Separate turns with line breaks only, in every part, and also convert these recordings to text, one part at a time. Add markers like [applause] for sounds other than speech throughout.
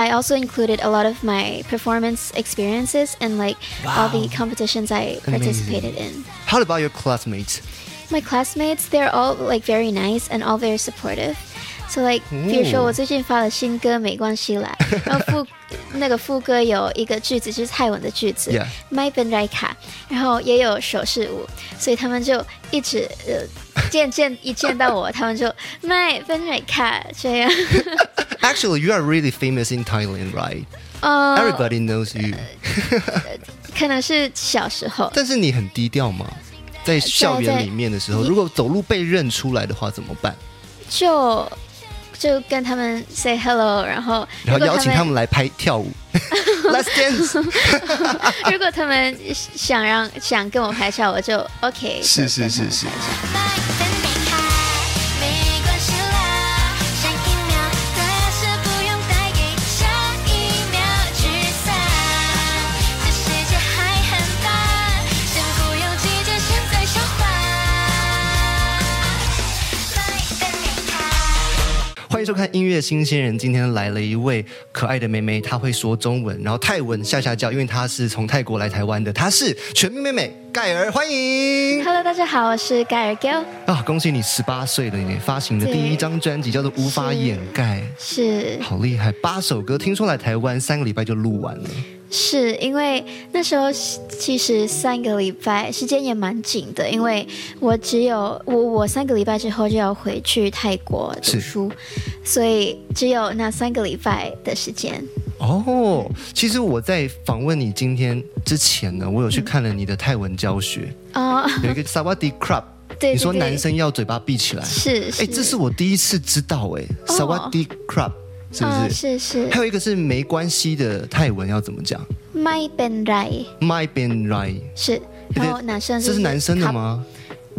I also included a lot of my performance experiences and like all the competitions I participated in.
How about your classmates?
My classmates, they're all like very nice and all very supportive. So like，比如说我最近发了新歌《没关系
[laughs]
啦》，然后副那个副歌有一个句子就是泰文的句子
Yeah.
“my ben rai ka”，然后也有手势舞，所以他们就一直呃见见一见到我，他们就 “my ben rai ka” 这
[laughs]
样。
Actually, you are really famous in Thailand, right?
呃
Everybody knows you.
可能是小时候，
但是你很低调嘛，在校园里面的时候，
在
如果走路被认出来的话怎么办？
就就跟他们 say hello，然后如
然后
果
邀请他们来拍跳舞 [laughs] ，Let's dance。啊
如果他们想让想跟我拍照，我就 OK
是
就是跟他
是
们
是
拍照
分没开，没关系啦，上一秒的事不用带给下一秒沮丧。这世界还很大，先不用急着现在消化。分没开。
欢迎收看音乐新鲜人，今天来了一位可爱的妹妹，她会说中文，然后泰文下下教，因为她是从泰国来台湾的，她是全民妹妹盖儿，欢迎。
Hello，大家好，我是盖尔 Gill，
啊，恭喜你十八岁了耶！发行的第一张专辑叫做《无法掩盖
是》，
好厉害，八首歌，听说来台湾三个礼拜就录完了。
是因为那时候其实三个礼拜时间也蛮紧的，因为我只有我我三个礼拜之后就要回去泰国
是
读书，所以只有那三个礼拜的时间。
哦，其实我在访问你今天之前呢，我有去看了你的泰文教学，
哦，
有一个 s a w a d i crab，
对
你说
对对
男生要嘴巴闭起来，
是是，
哎，这是我第一次知道哎 s a w a d i crab 是不
啊
是？
是是
还有一个是没关系的泰文要怎么讲
My Ben Rai
？My ben right，
是，然后男生
这是男生的？吗？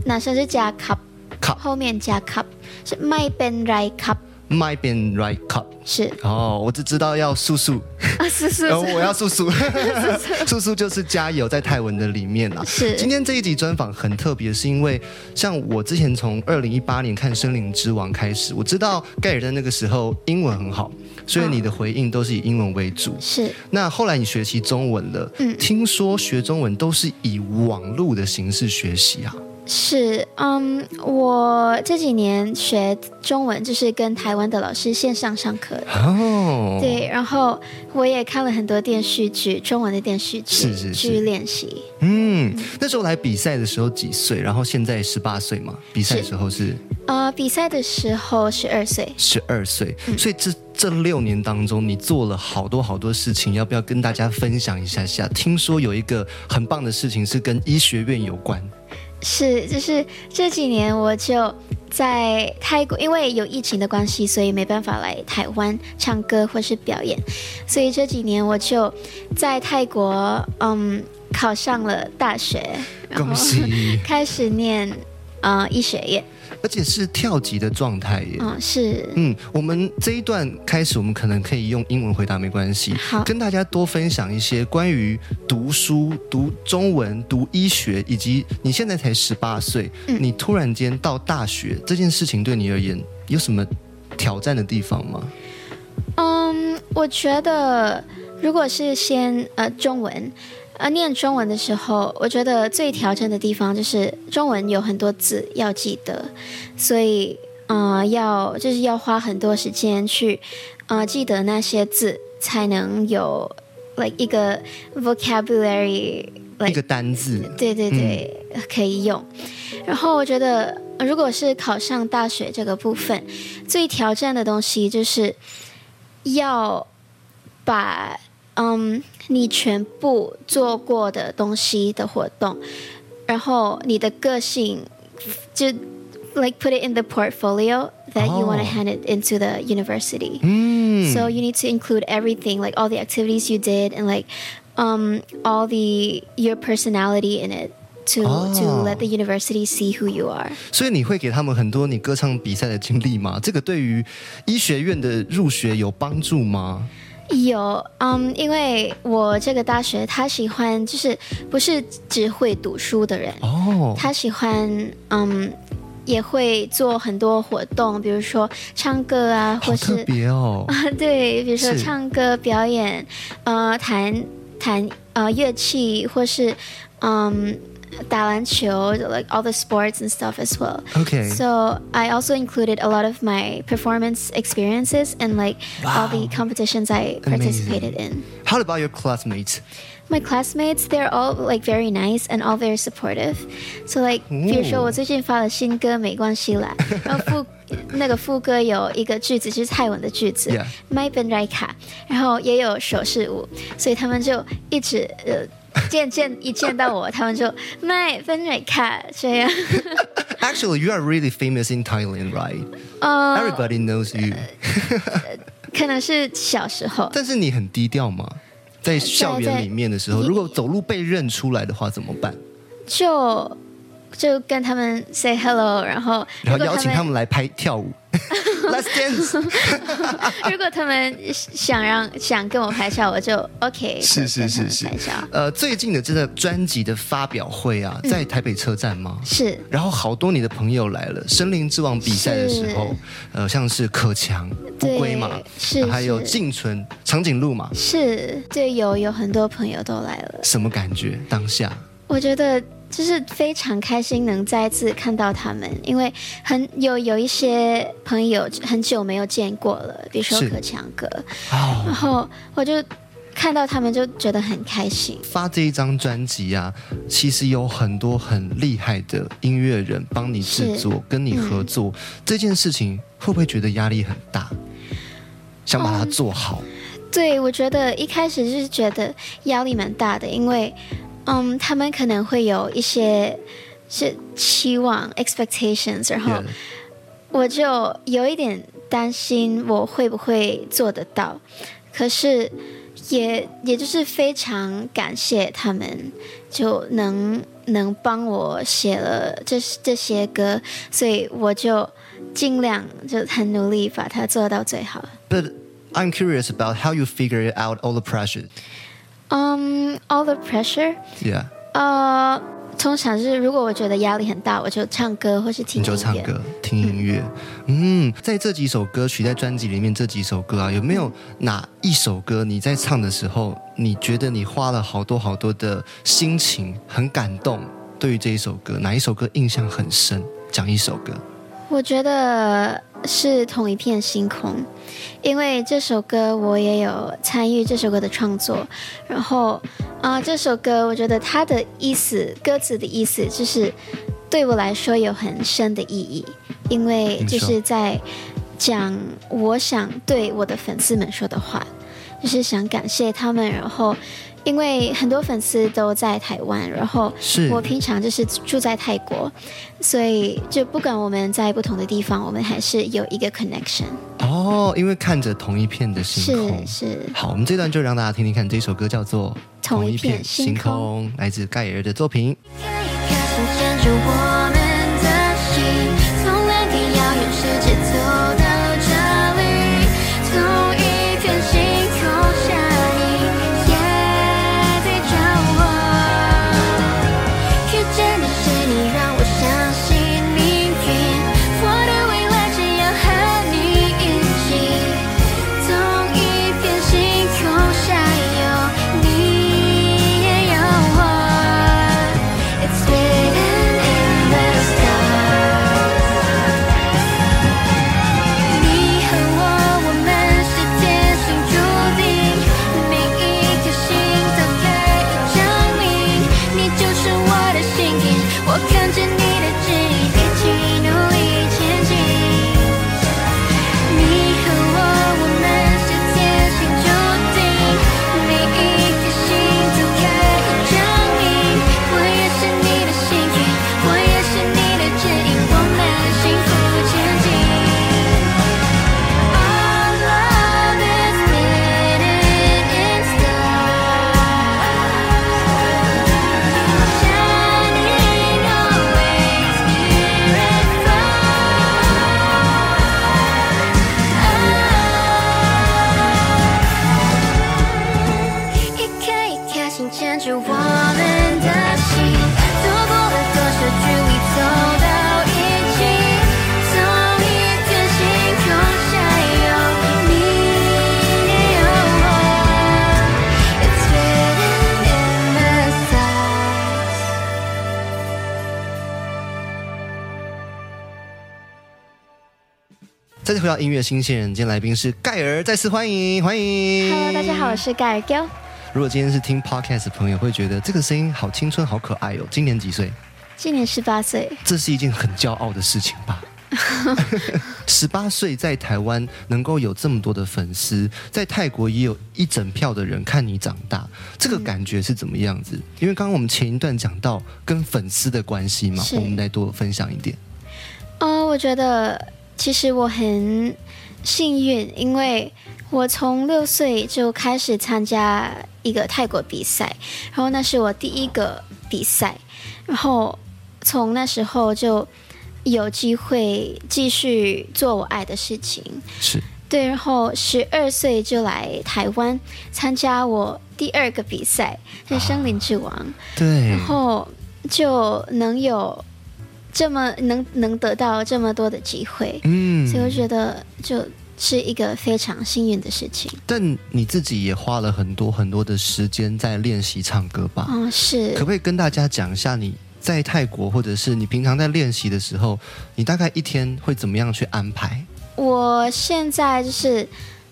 男生是加 cup，
Cup
后面加 cup，是 my ben right cup，
My Ben Right Cup。
是
哦，我只知道要速速，
啊，是
[laughs]
是
然后
是，
呃我要速速，速速就是加油，在泰文的里面啦。
是
今天这一集专访很特别，是因为像我之前从二零一八年看《森林之王》开始，我知道盖尔在那个时候英文很好，所以你的回应都是以英文为主。
是
那后来你学习中文了，听说学中文都是以网络的形式学习啊？
是，嗯，我这几年学中文就是跟台湾的老师线上上课的，
哦，，
对，然后我也看了很多电视剧，中文的电视剧，
是是是
去练习，
嗯，那时候来比赛的时候几岁？然后现在十八岁嘛，比赛的时候是
呃，比赛的时候十二岁，
十二岁，
嗯
所以这这六年当中，你做了好多好多事情，要不要跟大家分享一下下？听说有一个很棒的事情是跟医学院有关，
哦是，就是这几年我就在泰国，因为有疫情的关系，所以没办法来台湾唱歌或是表演，所以这几年我就在泰国，嗯，考上了大学，然后
恭喜！
[laughs] 开始念，呃，医学院，
而且是跳级的状态耶。
嗯，是，
嗯，我们这一段开始，我们可能可以用英文回答，没关系。
好
跟大家多分享一些关于读书、读中文、读医学，以及你现在才十八岁，
嗯
你突然间到大学这件事情，对你而言有什么挑战的地方吗？
嗯，我觉得如果是先呃中文，呃念中文的时候，我觉得最挑战的地方就是中文有很多字要记得，所以呃要就是要花很多时间去呃记得那些字，才能有 like 一个 vocabulary
一
like
个单字，
对对对，可以用。然后我觉得，呃如果是考上大学这个部分，最挑战的东西就是要把嗯你全部做过的东西的活动，然后你的个性就 like put it in the portfolio that you want
哦
to hand it into the university.
嗯
So you need to include everything, like all the activities you did and like um, all the your personality in it to to
Oh.
let the university see who you are.
所以你会给他们很多你歌唱比赛的经历吗？这个对于医学院的入学有帮助吗？
有，嗯，因为我这个大学，他喜欢就是不是只会读书的人，
哦，
他喜欢嗯也会做很多活动，比如说唱歌啊，
好
或
特
是
别哦。
[laughs] 啊，对，比如说
是
唱歌、表演，呃，弹弹呃乐器，或是嗯打篮球，like all the sports and stuff as well.
OK，
So I also included a lot of my performance experiences and like all the
Wow.
competitions I participated in.
how about your classmates?
My classmates, they're all like very nice and all very supportive. So like，比如说我最近发了新歌，没关系啦。 [laughs] 然后副那个副歌有一个句子就是泰文的句子
Yeah.
m y Ben Rika，然后也有手势舞，所以他们就一直呃。见见一见到我，他们就 My Ben Rika 这样。 [laughs]
Actually, you are really famous in Thailand, right?
呃
Everybody knows you.
可能是小时候，
但是你很低调吗？在校园里面的时候，
在
如果走路被认出来的话怎么办？
就就跟他们 say hello，然后如
然后
果
邀请他们来拍
[laughs]
跳舞，Let's dance。啊
如果他们想让想跟我拍照，我就 OK 就
是
跟
是
他
是
们
是
拍照。
呃，最近的这个专辑的发表会
嗯
啊，在台北车站吗？
是
然后好多你的朋友来了，森林之王比赛的时候
是，
呃，像是可强、乌龟嘛
对，是
还有
是
静存、长颈鹿嘛，
是，对，有有很多朋友都来了，
什么感觉？当下
我觉得就是非常开心能再次看到他们，因为很有有一些朋友很久没有见过了，比如说
是
可强哥，
哦
然后我就看到他们就觉得很开心。
发这一张专辑啊，其实有很多很厉害的音乐人帮你制作，跟你合作、
嗯
这件事情，会不会觉得压力很大？想把它做好，
对，我觉得一开始是觉得压力蛮大的，因为，嗯，他们可能会有一些是期望 expectations，然后
Yeah，
我就有一点担心我会不会做得到，可是也也就是非常感谢他们，就能能帮我写了这这些歌，所以我就尽量就很努力把它做到最好。
But I'm curious about how you figure out all the pressure.
嗯、a l l the pressure。
Yeah，
呃，通常是如果我觉得压力很大，我就唱歌或是听
你
音乐
就唱歌、听音乐。嗯，在这几首歌曲，在专辑里面这几首歌啊，有没有哪一首歌你在唱的时候，你觉得你花了好多好多的心情，很感动？对于这一首歌，哪一首歌印象很深？讲一首歌。
我觉得是同一片星空，因为这首歌我也有参与这首歌的创作，然后啊、呃这首歌我觉得它的意思，歌词的意思就是对我来说有很深的意义，因为就
你
是在讲我想对我的粉丝们说的话，就是想感谢他们，然后。因为很多粉丝都在台湾，然后
是
我平常就是住在泰国，所以就不管我们在不同的地方，我们还是有一个 connection。
哦，因为看着同一片的星空
是。是，
好，我们这段就让大家听听看，这首歌叫做《
同一片星空
来自盖尔的作品。
可以开始牵着我们的心，从蓝天遥远世界走到这里，从一片星空下，你也在找我。遇见你是你让我相信命运，我的未来只要和你一起，从一片星空下有你也有我。It's written in
再次回到音乐新鲜人，今天来宾是盖儿，再次欢迎欢迎。
Hello，大家好，我是盖尔 Gill，
如果今天是听 podcast 的朋友，会觉得这个声音好青春，好可爱哦。今年几岁？
今年十八岁，
这是一件很骄傲的事情
[laughs]
吧？十八岁在台湾能够有这么多的粉丝，在泰国也有一整票的人看你长大，这个感觉是怎么样
嗯
子？因为刚刚我们前一段讲到跟粉丝的关系嘛，
是
我们再多分享一点。
呃，我觉得其实我很幸运，因为我从六岁就开始参加一个泰国比赛，然后那是我第一个比赛，然后从那时候就有机会继续做我爱的事情。
是
对，然后十二岁就来台湾参加我第二个比赛，是森林之王。
对
然，后就能有这么能能得到这么多的机会，
嗯
所以我觉得就是一个非常幸运的事情。
但你自己也花了很多很多的时间在练习唱歌吧？
嗯，是
可不可以跟大家讲一下你在泰国，或者是你平常在练习的时候，你大概一天会怎么样去安排？
我现在就是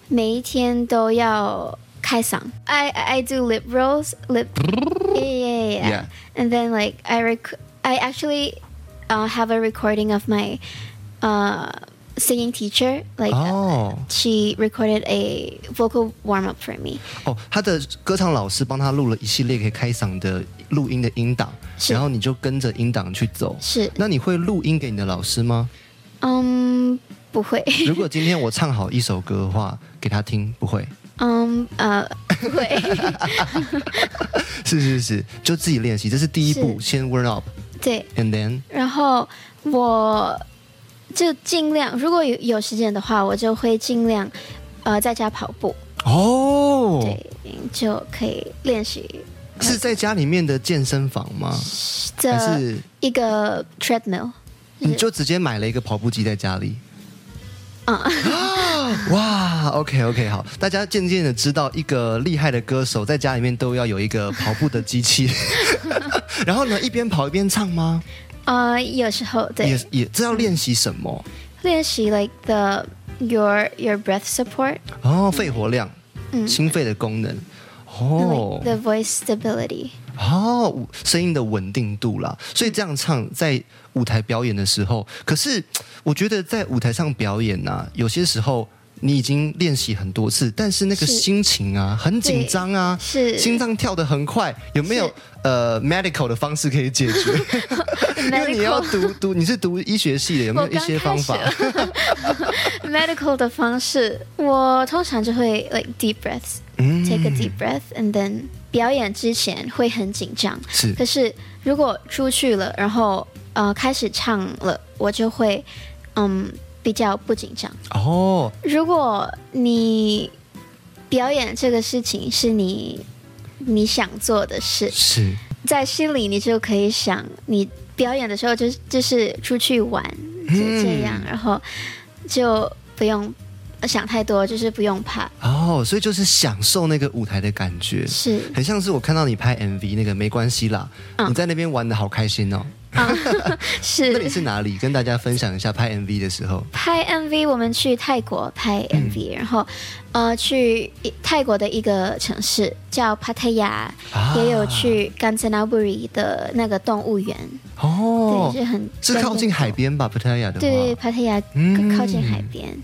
每一天都要开嗓，I I do lip rolls
[laughs]
lip yeah yeah yeah,
Yeah.
and then like I rec I actually uh, have a recording of my uh singing teacher like、
哦
she recorded a vocal warm up for me.
哦，他的歌唱老师帮他录了一系列可以开嗓的录音的音档，
是
然后你就跟着音档去走。
是，
那你会录音给你的老
[laughs]
师吗？
嗯，不会，
如果今天我唱好一首歌的话，给他听，不会。
[laughs] 嗯呃，不
[laughs]
会，
是是是，就自己练习，这是第一步，先 warm up，and
对。
then
然后我就尽量，如果有有时间的话，我就会尽量呃在家跑步，
哦，
对，就可以练习
是在家里面的健身房吗？还
这
是
一个 treadmill。
你就直接买了一个跑步机在家里？
嗯，
[laughs] 哇，OK OK，好，大家渐渐的知道，一个厉害的歌手在家里面都要有一个跑步的机器， [laughs] 然后呢，一边跑一边唱吗？
呃，有时候对
也也，这要练习什么？
练习 like the your your breath support
哦，肺活量，
嗯
心肺的功能，
and
哦
like，the voice stability。
哦，声音的稳定度啦，所以这样唱在舞台表演的时候，可是我觉得在舞台上表演呐、有些时候你已经练习很多次，但是那个
是
心情啊，很紧张啊，
是
心脏跳得很快，有没有
是
呃 medical 的方式可以解决？
[laughs]
[laughs] 因为你要
Medical
读读，你是读医学系的，有没
我
有一
刚
些方
[laughs]
法？
medical 的方式，我通常就会 like deep breaths，take
嗯
a deep breath，and then 表演之前会很紧张，
是
可是如果出去了，然后呃开始唱了，我就会嗯比较不紧张。
哦，
如果你表演这个事情是你你想做的事，
是
在心里你就可以想，你表演的时候就是就是出去玩，就
嗯
这样，然后就不用想太多，就是不用怕，
哦，所以就是享受那个舞台的感觉， [laughs]
是
很像是我看到你拍 MV 那个没关系啦，
嗯
你在那边玩的好开心哦。那你
是。
是哪里？跟大家分享一下拍 MV 的时候。
拍 MV，我们去泰国拍
嗯
MV，、然后呃去一泰国的一个城市叫帕特亚，
啊
也有去甘孜那布里的那个动物园，
哦
对，，是很
是靠近海，边吧，p a t a y a 的
对，
话，
帕特亚
嗯
靠近海边，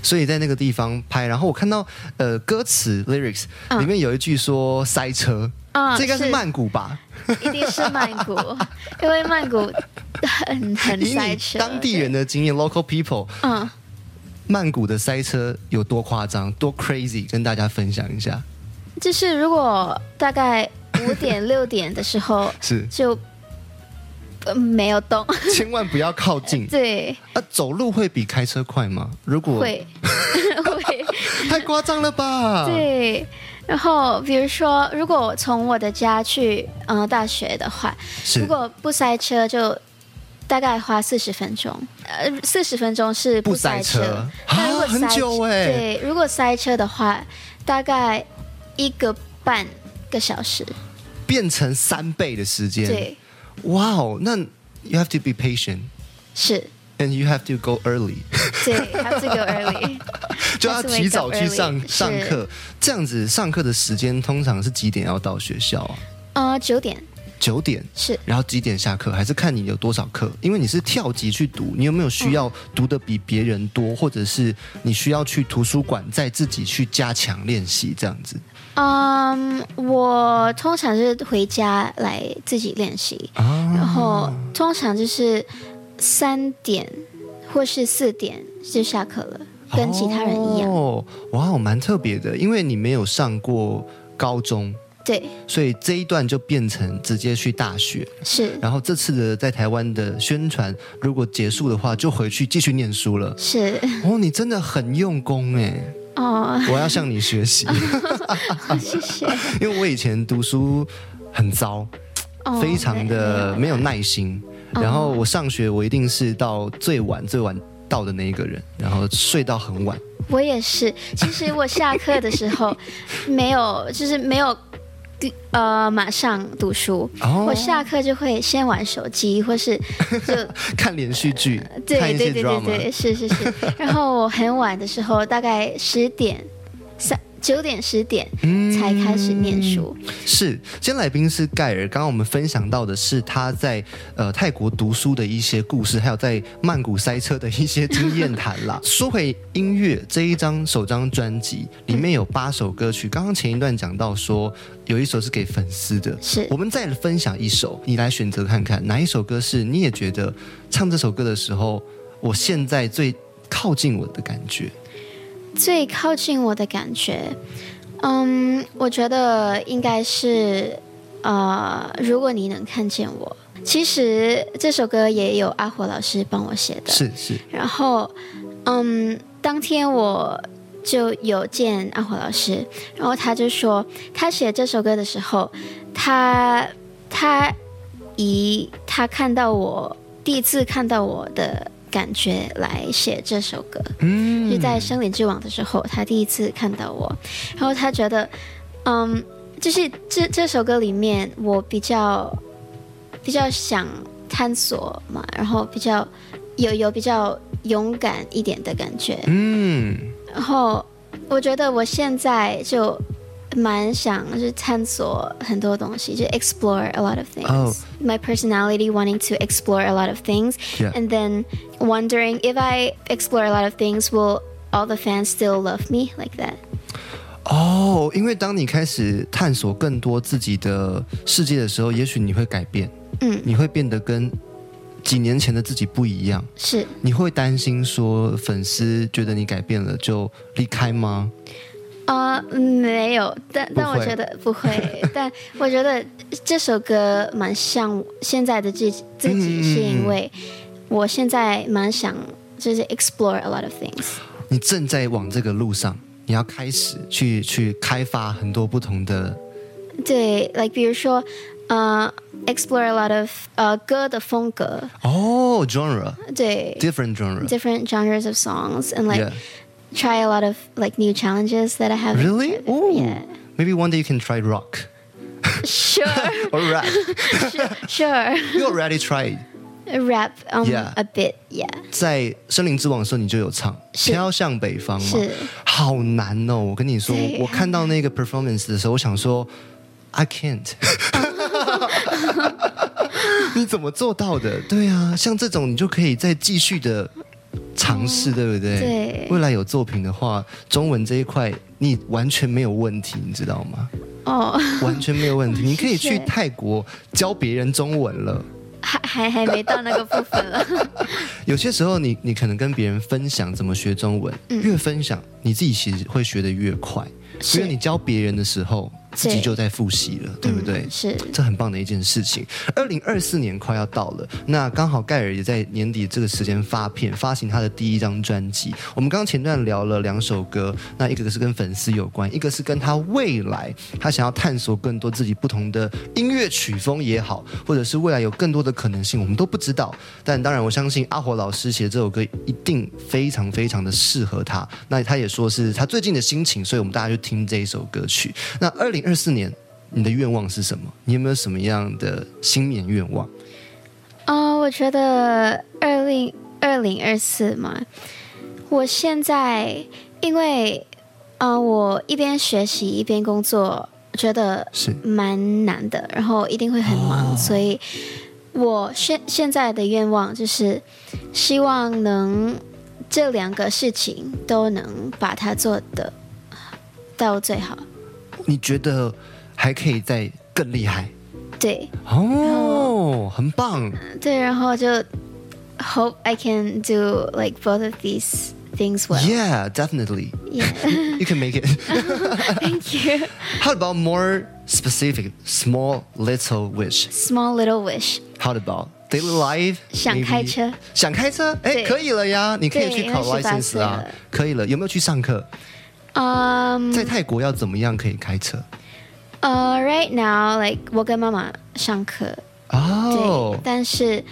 所以在那个地方拍。然后我看到呃歌词 lyrics
嗯
里面有一句说塞车，
啊、
这应该是曼谷吧？
一定是曼谷，因为曼谷很很
以
塞
你
车。
当地人的经验，local people，
对，嗯，
曼谷的塞车有多夸张，多 crazy，跟大家分享一下。
就是如果大概五点六点的时
[laughs]
候，
是
[laughs] 就、呃没有动，
千万不要靠近。
对，
啊，走路会比开车快吗？如果
会 [laughs] 会
太夸张了吧？，
对。然后比如说，如果我从我的家去呃大学的话，
是
如果不塞车就。大概花四十分钟，呃，四十分钟是
不塞
塞
车
但如
啊
果
很
塞
久
车
欸
对，如果塞车的话，大概一个半个小时。
变成三倍的时间。
对，
哇哦，那 you have to be patient。
是
，and you have to go
[laughs]
early，
对，have to go
[laughs]
early。
就要提早去上
early，
上课。这样子上课的时间通常是几点要到学校啊？
呃，九点
九点。
是
然后几点下课，还是看你有多少课？因为你是跳级去读，你有没有需
嗯
要读的比别人多，或者是你需要去图书馆再自己去加强练习这样子？
嗯我通常是回家来自己练习，
嗯
然后通常就是三点或是四点就下课了，跟其他人一样。
哦，哇哦，蛮特别的，因为你没有上过高中，
对，
所以这一段就变成直接去大学。
是
然后这次的在台湾的宣传，如果结束的话，就回去继续念书了。
是
哦，你真的很用功哎，
哦，
我要向你
[laughs]
学习，
谢谢。
因为我以前读书很糟，
哦
非常的没有耐心。然后我上学，我一定是到最晚最晚到的那一个人，然后睡到很晚。
我也是，其实我下课的时
[laughs]
候没有，就是没有。呃，马上读书
哦
我下课就会先玩手机，或是就
看连续剧，看
对对
一些
对对
drama，
对，是是
[laughs]
是。然后我很晚的时候，大概十点、三九点、十点
嗯
才开始念书。
是，今天来宾是盖尔。刚刚我们分享到的是他在呃泰国读书的一些故事，还有在曼谷塞车的一些经验谈啦。说回音乐这一张首张专辑，里面有八首歌曲。刚刚前一段讲到说有一首是给粉丝的，
是
我们再分享一首，你来选择看看哪一首歌是你也觉得唱这首歌的时候，我现在最靠近我的感觉。
最靠近我的感觉，嗯，我觉得应该是呃，如果你能看见我。其实这首歌也有阿火老师帮我写的，
是是，
然后，嗯，当天我就有见阿火老师，然后他就说，他写这首歌的时候，他他以他看到我第一次看到我的感觉来写这首歌，
嗯
就在《生灵之王》的时候，他第一次看到我，然后他觉得，嗯，就是这这首歌里面我比较比较想探索嘛，然后比较有有比较勇敢一点的感觉，
嗯。
然后我觉得我现在就蛮想就是探索很多东西，就 explore a lot of things。
哦
My personality wanting to explore a lot of things,
Yeah.
and then wondering if I explore a lot of things, will all the fans still love me like that?
哦，因为当你开始探索更多自己的世界的时候，也许你会改变，
嗯，
你会变得跟几年前的自己不一样。
是，
你会担心说粉丝觉得你改变了就离开吗？
呃，没有，但但
不
我
会
觉得不
[laughs]
会，但我觉得这首歌蛮像现在的自己自己，是因为我现在蛮想就是 explore a lot of things。
你正在往这个路上，你要开始去去开发很多不同的
对，like 比如说，呃，explore a lot of 呃歌的风格，
哦 genre
对
different genre。
，different genres of songs and like
Yeah,
try a lot of like new challenges that I have.
really? Oh,
Yeah.
maybe one day you can try rock
[laughs] Sure,
or rap. [laughs]
sure. [laughs]
You already tried.
Rap um
Yeah.
a bit, yeah.
在《森林之王》的时候，你就有唱《
是
飘向北方》嘛
是，
好难哦！我跟你说，
对
我看到那个 performance 的时候，我想说，I can't，你怎么做到的？对啊，像这种你就可以再继续的尝试，对不对？
嗯对
未来有作品的话，中文这一块你完全没有问题，你知道吗？
哦，
完全没有问题，你可
[laughs]
以
谢
去
谢
泰国教别人中文了。
还还还没到那个部分了。
有些时候你，你可能跟别人分享怎么学中文，越分享，你自己其实会学得越快，
是
因为你教别人的时候，自己就在复习了， [laughs] 对不对？
[laughs] 是
这很棒的一件事情。二零二四年快要到了，那刚好盖尔也在年底这个时间发片，发行他的第一张专辑。我们刚刚前段聊了两首歌，那一个是跟粉丝有关，一个是跟他未来他想要探索更多自己不同的音乐曲风也好，或者是未来有更多的可能性，我们都不知道。但当然，我相信阿火老师写这首歌一定非常非常的适合他。那他也说是他最近的心情，所以我们大家就听这一首歌曲。那二零二四年你的愿望是什么？你有没有什么样的新年愿望？
哦，我觉得二零二零二四嘛，我现在因为呃，我一边学习一边工作，觉得
是哦
蛮难的，然后一定会很忙，所以我现现在的愿望就是希望能这两个事情都能把它做的到最好，
你觉得还可以再更厉害
对
哦，很棒。
对，然后就 hope I can do like both of these things well.
Yeah, definitely.
Yeah.
You can make it.
[laughs] Thank you.
How about more specific, small, little wish?
Small little wish.
How about daily life？
想
maybe
开车
想开车，哎，
对
可以了呀，你可以
对
去考
因为
license
18
啊
岁了，
可以了。有没有去上课？
Um.
在泰国要怎么样可以开车？
Uh. Right now, like 我跟妈妈上课，对
哦，
但是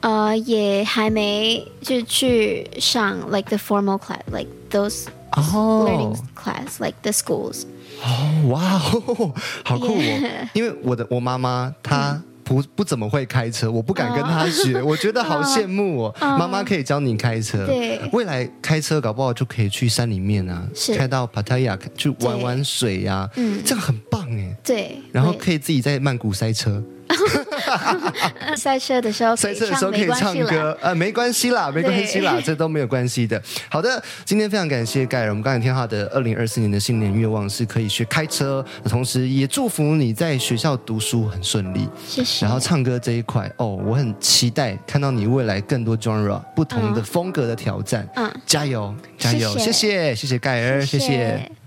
呃也还没就去上 like the formal class, like those
哦 Oh。
learning，class, like the schools.
哦，哇哦，好酷哦
Yeah！嗯
因为我的我妈妈她。不不怎么会开车，我不敢跟她
[laughs]
学，我觉得好羡慕哦。妈妈可以教你开车，
嗯对
未来开车搞不好就可以去山里面啊，
是
开到帕塔亚去玩
对嗯
玩水呀、啊，这样很棒哎。
对，
然后
会
可以自己在曼谷塞车，
呃赛车的
[laughs]
时候可
塞
以
车的时
唱，
候可以
没关
唱
系啦。
歌，呃，没关系啦，没关系 [laughs] 啦，
对
这都没有关系的。好的，今天非常感谢盖尔，我们刚才听到他的二零二四年的新年愿望是可以学开车，同时也祝福你在学校读书很顺利。
谢谢
然。后唱歌这一块，哦，我很期待看到你未来更多 genre 不同的风格的挑战。
嗯
加油，加油，
谢谢
谢谢，谢谢盖尔，谢谢